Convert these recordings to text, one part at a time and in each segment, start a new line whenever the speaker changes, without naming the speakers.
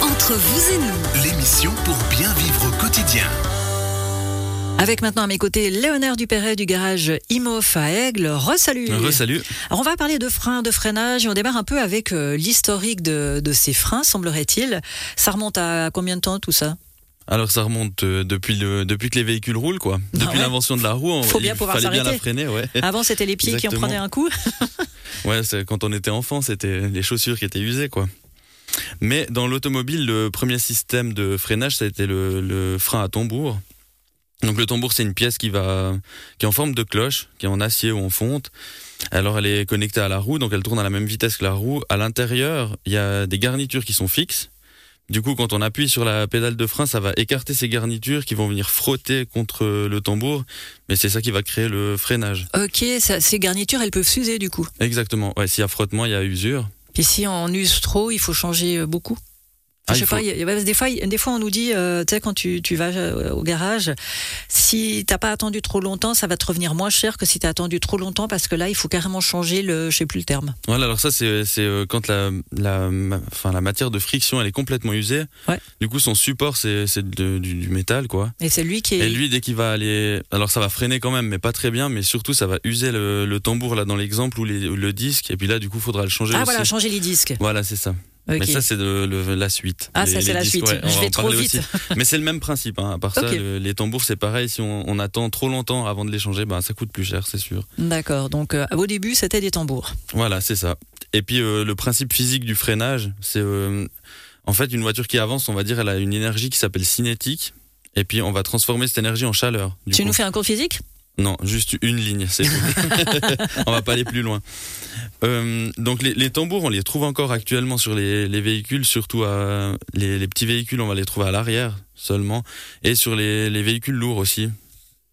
Entre vous et nous.
L'émission pour bien vivre au quotidien.
Avec maintenant à mes côtés Léonard Dupéret du garage IMOF à Aigle. Resalut.
Salut.
Alors on va parler de freins, de freinage et on démarre un peu avec euh, l'historique de, de ces freins, semblerait-il. Ça remonte à combien de temps tout ça
Alors ça remonte euh, depuis le depuis que les véhicules roulent quoi.
Bah
depuis
ouais.
l'invention de la roue, on,
Faut bien
il
pouvoir
fallait bien la
s'arrêter.
freiner, ouais.
Avant c'était les pieds qui en
Exactement.
prenaient un coup.
Ouais, c'est- quand on était enfant, c'était les chaussures qui étaient usées quoi. Mais dans l'automobile, le premier système de freinage, ça a été le, le frein à tambour. Donc le tambour, c'est une pièce qui va qui est en forme de cloche, qui est en acier ou en fonte. Alors elle est connectée à la roue, donc elle tourne à la même vitesse que la roue. À l'intérieur, il y a des garnitures qui sont fixes. Du coup, quand on appuie sur la pédale de frein, ça va écarter ces garnitures qui vont venir frotter contre le tambour, mais c'est ça qui va créer le freinage.
ok, ça- ces garnitures elles peuvent s'user du coup.
Exactement. Ouais, s'il y a frottement, il y a usure.
Puis si on use trop, il faut changer euh, beaucoup.
Ah,
je
il
sais
faut-
pas, il y a- parce que des fois, il- des fois, on nous dit, euh, tu sais, quand tu, tu vas euh, au garage, si t'as pas attendu trop longtemps, ça va te revenir moins cher que si t'as attendu trop longtemps, parce que là, il faut carrément changer le, je sais plus le terme.
Voilà, alors ça, c'est c'est, euh, quand la, la, ma- enfin, la matière de friction, elle est complètement usée.
Ouais.
Du coup, son support, c'est c'est de- du, du métal, quoi.
Et c'est lui qui est.
Et lui, dès qu'il va aller. Alors, ça va freiner quand même, mais pas très bien, mais surtout, ça va user le, le tambour, là, dans l'exemple, ou, les- ou le disque. Et puis là, du coup, faudra le changer
ah
aussi.
voilà, changer les disques.
Voilà, c'est ça.
Ok.
Mais ça, c'est de- le- la suite.
Ah,
Les-
ça, c'est
les
la
disques,
suite.
ouais, on
Je
va
vais
en
trop
parler
vite.
aussi. Mais c'est le même principe. hein. À part
Ok.
ça, le- les tambours, c'est pareil. Si on, on attend trop longtemps avant de les changer, ben, ça coûte plus cher, c'est sûr.
D'accord. Donc euh, au début, c'était des tambours.
Voilà, c'est ça. Et puis euh, le principe physique du freinage, c'est euh, en fait une voiture qui avance, on va dire, elle a une énergie qui s'appelle cinétique. Et puis on va transformer cette énergie en chaleur. du
tu
coup.
nous fais un cours de physique
Non, juste une ligne, c'est tout. on va pas aller plus loin. Euh, donc les, les tambours, on les trouve encore actuellement sur les, les véhicules, surtout à, les, les petits véhicules, on va les trouver à l'arrière seulement, et sur les, les véhicules lourds aussi.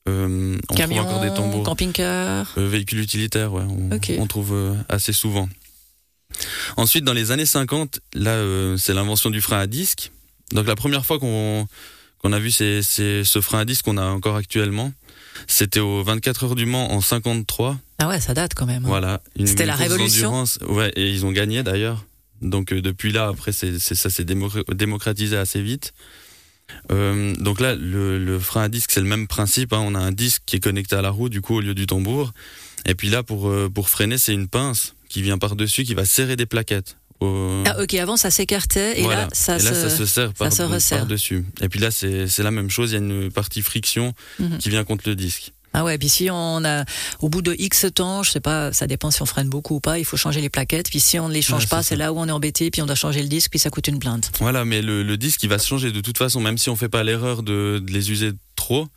Euh, on
Camion,
trouve encore des tambours.
camping-car.
Euh, véhicules utilitaires, ouais, on,
Ok.
on trouve euh, assez souvent. Ensuite, dans les années 50, là, euh, c'est l'invention du frein à disque. Donc la première fois qu'on qu'on a vu ces- ces- ce frein à disque qu'on a encore actuellement, c'était au 24 heures du Mans en 53.
Ah ouais, ça date quand même. hein.
Voilà. une-
C'était
une
la
course
révolution.
d'endurance. Ouais, et ils ont gagné d'ailleurs. Donc euh, depuis là, après, c'est c'est- ça s'est démo- démocratisé assez vite. Euh, donc là, le, le frein à disque, c'est le même principe. hein. On a un disque qui est connecté à la roue, du coup, au lieu du tambour. Et puis là, pour, euh, pour freiner, c'est une pince qui vient par-dessus, qui va serrer des plaquettes. au-
Ah ok, avant ça s'écartait et
Voilà.
là ça
Et là,
se.
ça se serre par-
se resserre.
par-dessus. et puis là, c'est c'est la même chose. Il y a une partie friction
Mhm.
qui vient contre le disque.
Ah ouais, puis si on a au bout de X temps, je sais pas, ça dépend si on freine beaucoup ou pas, il faut changer les plaquettes, puis si on ne les change
Ouais,
pas,
c'est
c'est
ça.
là où on est embêté, puis on doit changer le disque, puis ça coûte une blinde.
Voilà, mais le, le disque, il va se changer de toute façon, même si on fait pas l'erreur de, de les user trop.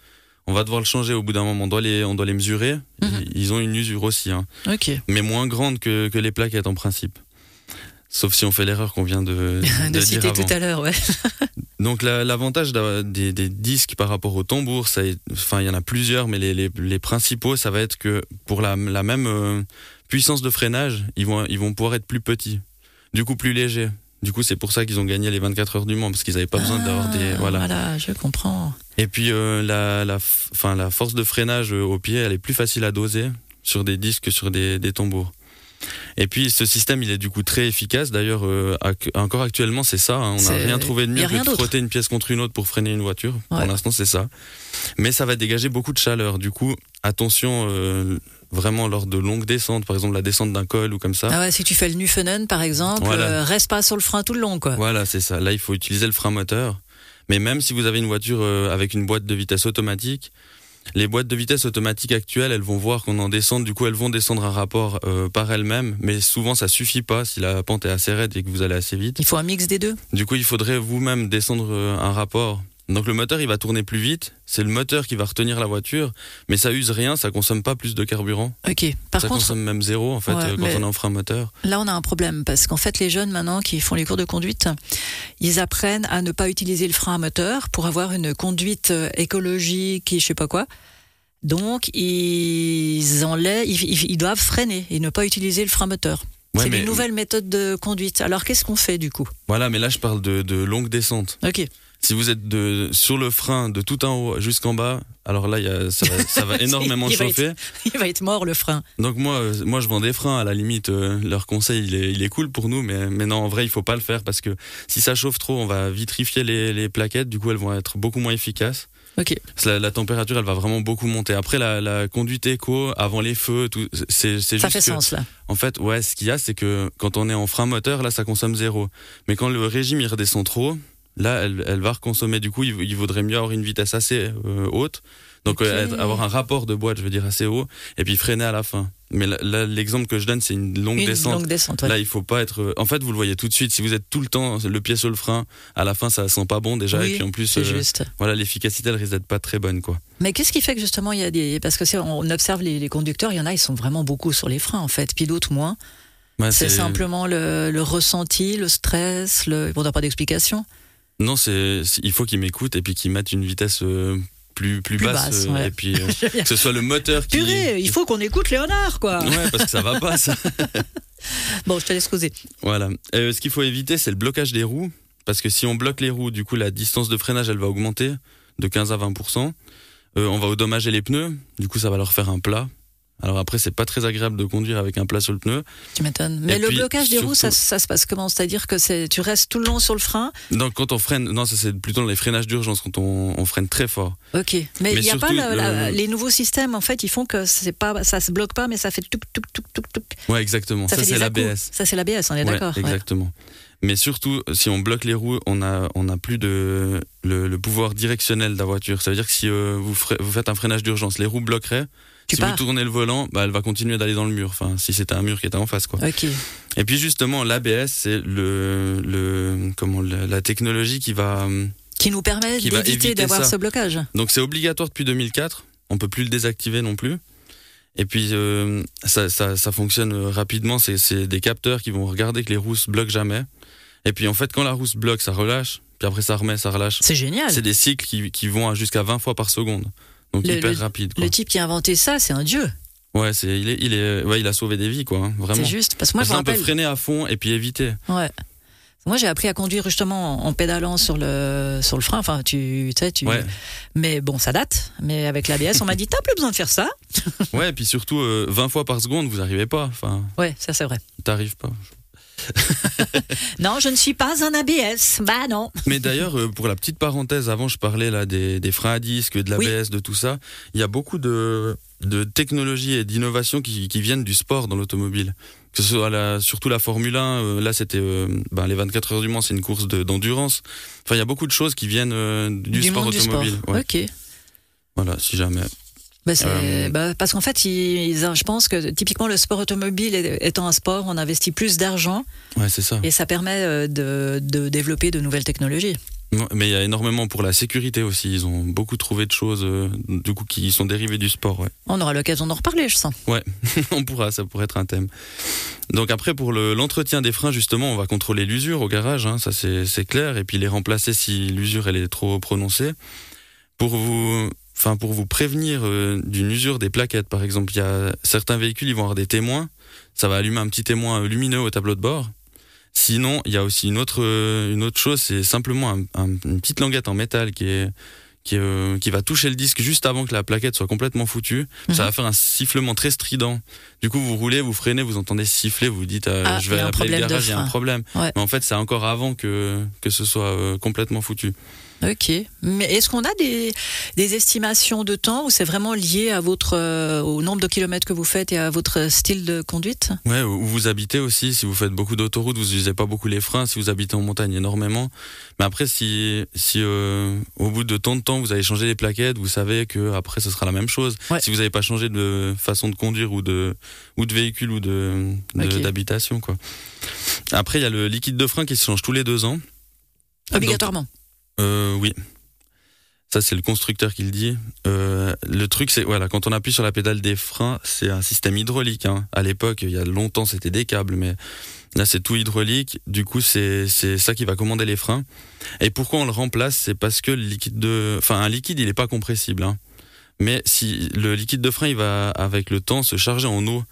On va devoir le changer au bout d'un moment. On doit les, on doit les mesurer.
Mhm.
Ils- Ils ont une usure aussi, hein.
OK.
mais moins grande que, que les plaquettes en principe. Sauf si on fait l'erreur qu'on vient de,
De,
de, dire
citer
avant.
tout à l'heure, ouais.
Donc la- l'avantage d'a- des, des disques par rapport au tambour, ça, est- enfin il y en a plusieurs, mais les, les- les principaux, ça va être que pour la, la même euh, puissance de freinage, ils vont, ils vont pouvoir être plus petits, du coup plus légers. Du coup, c'est pour ça qu'ils ont gagné les 24 heures du Mans parce qu'ils n'avaient pas besoin d'avoir des
Ah,
voilà.
je comprends.
Et puis euh, la, la, f- enfin, la force de freinage euh, au pied, elle est plus facile à doser sur des disques que sur des, des tambours. Et puis ce système, il est du coup très efficace. D'ailleurs, euh, ac- encore actuellement, c'est ça. hein. on n'a
C'est-
rien trouvé de
y
mieux
a
que
rien
de
d'autre.
frotter une pièce contre une autre pour freiner une voiture.
Ouais.
Pour l'instant, c'est ça. Mais ça va dégager beaucoup de chaleur. Du coup, attention euh, vraiment lors de longues descentes, par exemple la descente d'un col ou comme ça.
Ah ouais, si tu fais le Nufenen par exemple,
Voilà.
euh, reste pas sur le frein tout le long quoi.
Voilà, c'est ça. Là, il faut utiliser le frein moteur. Mais même si vous avez une voiture euh, avec une boîte de vitesse automatique, les boîtes de vitesse automatiques actuelles, elles vont voir qu'on en descend. Du coup, elles vont descendre un rapport euh, par elles-mêmes. Mais souvent, ça suffit pas si la pente est assez raide et que vous allez assez vite.
Il faut un mix des deux.
Du coup, il faudrait vous-même descendre euh, un rapport. Donc le moteur, il va tourner plus vite. C'est le moteur qui va retenir la voiture, mais ça use rien, ça consomme pas plus de carburant.
OK. Par
ça
contre,
consomme même zéro en fait
Ouais,
euh, quand
mais-
on est en frein moteur.
Là, on a un problème parce qu'en fait, les jeunes maintenant qui font les cours de conduite, ils apprennent à ne pas utiliser le frein à moteur pour avoir une conduite euh, écologique et je sais pas quoi. Donc, ils enlèvent, ils, ils- ils doivent freiner et ne pas utiliser le frein moteur.
Ouais,
c'est
mais-
les nouvelles méthodes de conduite. Alors qu'est-ce qu'on fait du coup
Voilà, mais là je parle de, de longue descente.
Ok.
Si vous êtes de, sur le frein de tout en haut jusqu'en bas, alors là il y a- ça va, ça va énormément
Il va être-
chauffer.
Il va être mort le frein.
Donc moi, euh, moi je vends des freins à la limite. euh, leur conseil il est, il est cool pour nous, mais, mais non en vrai il faut pas le faire parce que si ça chauffe trop, on va vitrifier les, les plaquettes. Du coup elles vont être beaucoup moins efficaces.
Ok.
La, la température elle va vraiment beaucoup monter. Après la, la conduite éco, avant les feux, tout, c'est c'est juste
Ça fait
que-
sens là.
En fait ouais, ce qu'il y a c'est que quand on est en frein moteur là ça consomme zéro. Mais quand le régime il redescend trop, là elle, elle va reconsommer. Du coup il, il vaudrait mieux avoir une vitesse assez euh, haute. Donc
Ok.
euh, être- avoir un rapport de boîte, je veux dire, assez haut, et puis freiner à la fin. Mais là- là, l'exemple que je donne, c'est une longue
Une
descente.
longue descente. ouais.
Là, il faut pas être. euh, En fait, vous le voyez tout de suite. Si vous êtes tout le temps le pied sur le frein, à la fin, ça sent pas bon déjà.
Oui,
et puis en plus,
c'est
euh,
juste.
voilà, l'efficacité, elle risque d'être pas très bonne, quoi.
Mais qu'est-ce qui fait que justement il y a des parce que c'est- on observe les, les conducteurs, il y en a ils sont vraiment beaucoup sur les freins en fait, puis d'autres moins.
Ouais,
c'est simplement le, le ressenti, le stress, le bon t'as pas d'explication.
Non, c'est. c'est- Il faut qu'ils m'écoutent et puis qu'ils mettent une vitesse euh, plus plus,
Plus basse,
basse. euh,
ouais.
Et puis euh, que ce soit le moteur qui.
Purée, il faut qu'on écoute Léonard quoi.
Ouais, parce que ça va pas. Ça.
Bon, je te laisse causer.
Voilà. Euh, ce qu'il faut éviter, c'est le blocage des roues. Parce que si on bloque les roues, du coup, la distance de freinage, elle va augmenter de 15 à 20 Euh, On va endommager les pneus. Du coup, ça va leur faire un plat. Alors après, c'est pas très agréable de conduire avec un plat sur le pneu.
Tu m'étonnes. Mais le
puis,
blocage des roues, ça,
surtout-
ça se passe comment C'est-à-dire que c'est tu restes tout le long sur le frein
Donc, quand on freine, non, ça c'est plutôt dans les freinages d'urgence quand on, on freine très fort.
Ok, mais
Mais
il n'y a pas
surtout, euh,
la- la-
le-
les nouveaux systèmes en fait, ils font que c'est pas, ça se bloque pas, mais ça fait tuk tuk tuk tuk tuk.
Ouais, exactement.
Ça,
Ça,
fait
c'est
des à-coups.
l'ABS.
Ça c'est l'ABS, on est
Ouais,
Ah, d'accord. ouais.
Exactement. Mais surtout, si on bloque les roues, on a, on a plus de le, le pouvoir directionnel de la voiture. Ça veut dire que si euh, vous, fre- vous faites un freinage d'urgence, les roues bloqueraient.
Tu
si
pars.
vous tournez le volant, bah, elle va continuer d'aller dans le mur. Enfin, si c'était un mur qui était en face, quoi.
Ok,
Et puis justement, l'ABS, c'est le, le comment la, la technologie qui va. hum,
qui nous permet
Qui va
d'éviter
éviter
d'avoir
ça.
ce blocage.
Donc c'est obligatoire depuis 2004. On peut plus le désactiver non plus. Et puis euh, ça, ça, ça fonctionne euh, rapidement. C'est- C'est des capteurs qui vont regarder que les roues se bloquent jamais. Et puis en fait, quand la roue se bloque, ça relâche. Puis après, ça remet, ça relâche.
C'est génial.
C'est des cycles qui, qui vont à jusqu'à 20 fois par seconde. Donc
Le-
hyper rapide. Quoi.
Le type qui a inventé ça, c'est un dieu.
Ouais, c'est il est, il est ouais, il a sauvé des vies quoi, hein, vraiment.
C'est juste parce que moi je
Parce
me
qu'on peut
rappelle.
freiner à fond et puis éviter.
Ouais. Moi, j'ai appris à conduire justement en en pédalant sur le, sur le frein. Enfin, tu, tu sais, tu.
Ouais.
Mais bon, ça date. Mais avec l'ABS, on m'a dit, t'as plus besoin de faire ça.
ouais, et puis surtout euh, 20 fois par seconde, vous arrivez pas. Enfin,
Ouais, ça, c'est vrai.
t'arrives pas.
Non, je ne suis pas un ABS. Bah non.
Mais d'ailleurs, euh, pour la petite parenthèse, avant je parlais là des, des freins à disque, de l'ABS,
Oui.
de tout ça. Il y a beaucoup de, de technologies et d'innovations qui, qui viennent du sport dans l'automobile. Que ce soit la, surtout la Formule 1, euh, là c'était euh, ben, les 24 heures du Mans, c'est une course de- d'endurance. enfin, il y a beaucoup de choses qui viennent euh, du, sport
monde
automobile.
du sport.
Ouais.
Ok.
Voilà, si jamais.
Bah, c'est-
Euh,
bah, parce qu'en fait, ils- ils- je pense que typiquement le sport automobile est- étant un sport, on investit plus d'argent
Ouais, c'est ça.
et ça permet euh, de, de développer de nouvelles technologies.
Ouais, Mais il y a énormément pour la sécurité aussi. Ils ont beaucoup trouvé de choses euh, du coup qui sont dérivées du sport. Ouais.
On aura l'occasion d'en reparler, je sens.
on pourra, ça pourrait être un thème. Donc après pour le- l'entretien des freins justement, on va contrôler l'usure au garage, hein, ça c'est c'est clair, et puis les remplacer si l'usure elle est trop prononcée. Pour vous, enfin pour vous prévenir euh, d'une usure des plaquettes par exemple, il y a certains véhicules ils vont avoir des témoins. Ça va allumer un petit témoin lumineux au tableau de bord. Sinon, il y a aussi une autre, euh, une autre chose, c'est simplement un- un- une petite languette en métal qui, est, qui, est, euh, qui va toucher le disque juste avant que la plaquette soit complètement foutue.
Mhm.
Ça va faire un sifflement très strident. Du coup, vous roulez, vous freinez, vous entendez siffler, vous dites euh,
Ah,
je
il
vais
y a un
appeler le
problème de
garage, il y a un
frein.
problème.
Ouais.
Mais en fait, c'est encore avant que, que ce soit euh, complètement foutu.
Ok. Mais est-ce qu'on a des, des estimations de temps ou c'est vraiment lié à votre, euh, au nombre de kilomètres que vous faites et à votre style de conduite
Ouais, où vous habitez aussi, si vous faites beaucoup d'autoroutes, vous usez pas beaucoup les freins, si vous habitez en montagne énormément. Mais après, si, si euh, au bout de tant de temps, vous avez changé les plaquettes, vous savez que après, ce sera la même chose.
Ouais.
Si vous n'avez pas changé de façon de conduire ou de, ou de véhicule ou de, de-
Ok.
d'habitation, quoi. Après, il y a le liquide de frein qui se change tous les deux ans.
Obligatoirement.
Euh, oui. Ça, c'est le constructeur qui le dit. Euh, le truc, c'est voilà, quand on appuie sur la pédale des freins, c'est un système hydraulique. hein. À l'époque, il y a longtemps, c'était des câbles, mais là, c'est tout hydraulique. Du coup, c'est c'est ça qui va commander les freins. Et pourquoi on le remplace C'est parce que le liquide de, enfin, un liquide, il n'est pas compressible. hein. Mais si le liquide de frein, il va avec le temps se charger en eau.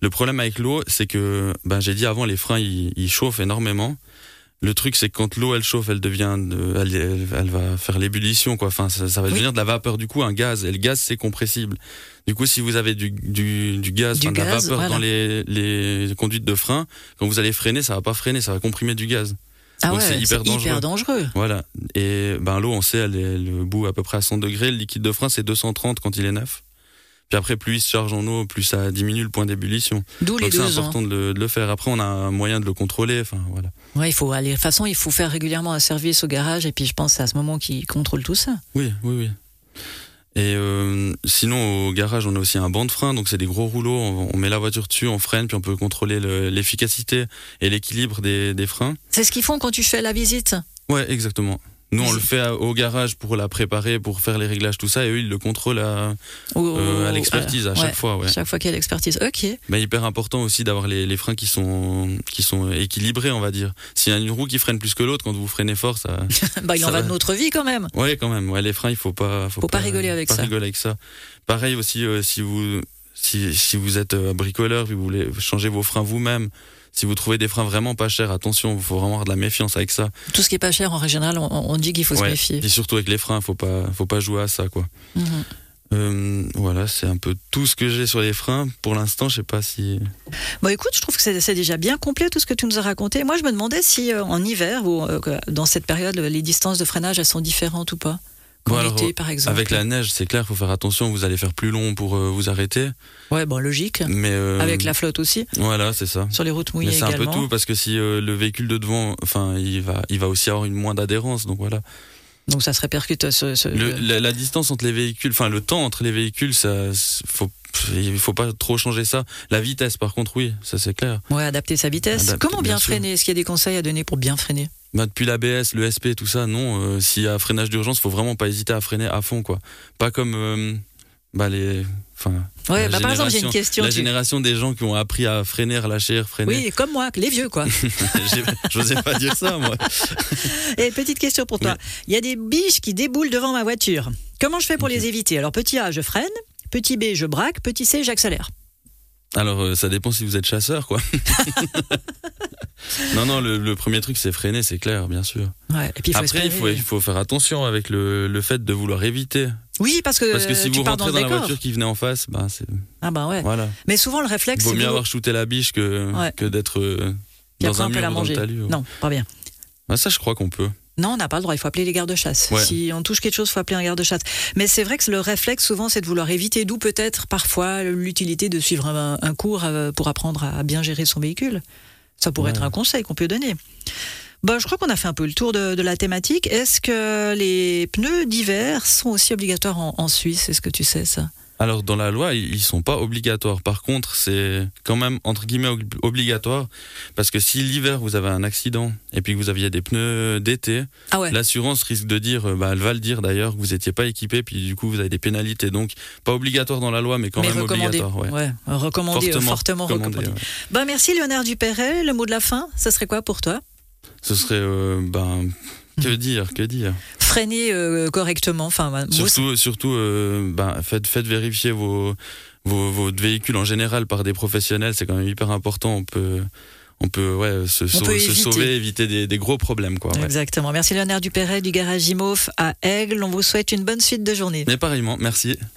Le problème avec l'eau, c'est que, ben, j'ai dit avant, les freins, ils, ils chauffent énormément. Le truc, c'est que quand l'eau, elle chauffe, elle devient, de- elle, elle- elle va faire l'ébullition, quoi. Enfin, ça, ça va
Oui.
devenir de la vapeur, du coup, un gaz. Et le gaz, c'est compressible. Du coup, si vous avez du, du, du gaz,
Du
enfin, de la
gaz,
vapeur
voilà.
dans les, les conduites de frein, quand vous allez freiner, ça va pas freiner, ça va comprimer du gaz.
Ah
Donc
ouais,
c'est hyper dangereux.
dangereux.
Voilà. Et ben, l'eau, on sait, elle est le bout à peu près à 100 degrés. Le liquide de frein, c'est 230 quand il est neuf. Puis après, plus il se charge en eau, plus ça diminue le point d'ébullition.
D'où les
Donc c'est
deux hein. ans.
important de le, de le faire. Après, on a un moyen de le contrôler. Enfin, voilà.
Ouais, il faut aller. De toute façon, il faut faire régulièrement un service au garage, et puis je pense que c'est à ce moment qu'ils contrôlent tout ça.
Oui, oui, oui. Et euh, sinon, au garage, on a aussi un banc de frein. Donc c'est des gros rouleaux. On, on met la voiture dessus, on freine, puis on peut contrôler le- l'efficacité et l'équilibre des, des freins.
C'est ce qu'ils font quand tu fais la visite.
Ouais, exactement. Nous, on
Mais
le fait à- au garage pour la préparer, pour faire les réglages, tout ça, et eux, ils le contrôlent à,
au-
euh, à
au-
l'expertise à
ouais,
chaque fois. Ouais.
Chaque fois qu'il y a l'expertise. Ok.
Mais hyper important aussi d'avoir les, les freins qui sont, qui sont équilibrés, on va dire. S'il y a une roue qui freine plus que l'autre, quand vous freinez fort, ça.
bah, il en
Ça
va
va.
de notre vie quand même.
Ouais, quand même. Ouais, les freins, il faut pas.
Faut pas rigoler avec ça.
rigoler avec ça. Pareil aussi, euh, si vous, si, si vous êtes euh, bricoleur, si vous voulez changer vos freins vous-même, si vous trouvez des freins vraiment pas chers, attention, il faut vraiment avoir de la méfiance avec ça.
Tout ce qui est pas cher, en règle générale, on, on dit qu'il faut se
Ouais.
méfier.
Et surtout avec les freins, faut pas, faut pas jouer à ça, quoi.
Mhm.
Euh, voilà, c'est un peu tout ce que j'ai sur les freins. Pour l'instant, je sais pas si.
Bon, écoute, je trouve que c'est c'est déjà bien complet tout ce que tu nous as raconté. Moi, je me demandais si euh, en hiver ou euh, que dans cette période, les distances de freinage elles sont différentes ou pas.
Bon,
Qu'en
alors,
été, par exemple.
Avec la neige, c'est clair, faut faire attention. Vous allez faire plus long pour euh, vous arrêter,
Ouais, bon, logique.
mais euh,
Avec la flotte aussi,
Voilà, c'est ça.
sur les routes
Mais
mouillées
c'est un peu
également.
tout parce que si euh, le véhicule de devant, enfin, il va, il va aussi avoir une moins d'adhérence, donc voilà.
Donc ça se répercute. euh, Ce, ce-
Le- la, la distance entre les véhicules, enfin, le temps entre les véhicules, ça, c'est- faut, pff, il faut pas trop changer ça. La vitesse, par contre, oui, ça c'est clair.
euh, Ouais, adapter sa vitesse.
Adapter,
Comment bien,
bien sûr.
freiner Est-ce qu'il y a des conseils à donner pour bien freiner
Bah, depuis l'ABS, le SP, tout ça, non. euh, S'il y a freinage d'urgence, faut vraiment pas hésiter à freiner à fond, quoi. Pas comme, euh, bah les, enfin,
Ouais,
La
bah, par exemple, j'ai une
génération-
question.
la
tu-
génération des gens qui ont appris à freiner, relâcher, freiner.
Oui, comme moi, les vieux quoi.
J'ai- J'osais pas dire ça, moi.
Et petite question pour toi. Il y a des biches qui déboulent devant ma voiture. Comment je fais pour les éviter Alors petit A, je freine. Petit B, je braque. Petit C, j'accélère.
Alors, euh, ça dépend si vous êtes chasseur, quoi. non, non, le, le premier truc, c'est freiner, c'est clair, bien sûr.
Ouais. Et puis il faut
Après, il faut,
espérer.
il faut faire attention avec le, le fait de vouloir éviter.
Oui, parce que,
Parce que si
Euh, tu
vous
pars dans
rentrez
le
dans, la
décor.
voiture qui venait en face, ben, c'est,
Ah bah ouais.
voilà.
Mais souvent le réflexe,
Vaut
c'est
mieux
vous-
avoir shooté la biche que,
Ouais.
que d'être euh,
puis
dans
après,
un
on peut
mur
la
ou dans le
manger.
talus. hein.
Non, pas bien.
Ah, ça, je crois qu'on peut.
Non, on n'a pas le droit. Il faut appeler les gardes-chasse.
Ouais.
Si on touche quelque chose, il faut appeler un garde-chasse. Mais c'est vrai que le réflexe, souvent, c'est de vouloir éviter, d'où peut-être parfois l'utilité de suivre un, un cours euh, pour apprendre à bien gérer son véhicule. Ça pourrait
Ouais.
être un conseil qu'on peut donner. Bah, je crois qu'on a fait un peu le tour de, de la thématique. Est-ce que les pneus d'hiver sont aussi obligatoires en, en Suisse Est-ce que tu sais ça
Alors, dans la loi, ils ils sont pas obligatoires. Par contre, c'est quand même, entre guillemets, ob- obligatoire. Parce que si l'hiver, vous avez un accident et puis que vous aviez des pneus d'été,
Ah ouais.
L'assurance risque de dire, euh, bah, elle va le dire d'ailleurs, que vous n'étiez pas équipé, puis du coup vous avez des pénalités. Donc, pas obligatoire dans la loi, mais quand
Mais
même
recommandé.
obligatoire. ouais.
Ouais, euh, recommandé, euh, fortement,
recommandé,
recommandé.
ouais.
Bah, merci Léonard Dupéret. Le mot de la fin, ça serait quoi pour toi
Ce serait, euh, ben,
Hmm.
que dire, que dire.
freiner euh, correctement. Enfin, moi, c'est-
Surtout, surtout euh, ben, faites, faites vérifier vos, vos, vos véhicules en général par des professionnels, c'est quand même hyper important. On peut, on peut, ouais, se, sau-
peut
se
éviter.
sauver, éviter des, des gros problèmes. Quoi, ouais.
Exactement. Merci Léonard Dupéret du garage Imof à Aigle. On vous souhaite une bonne suite de journée.
Mais pareillement, merci.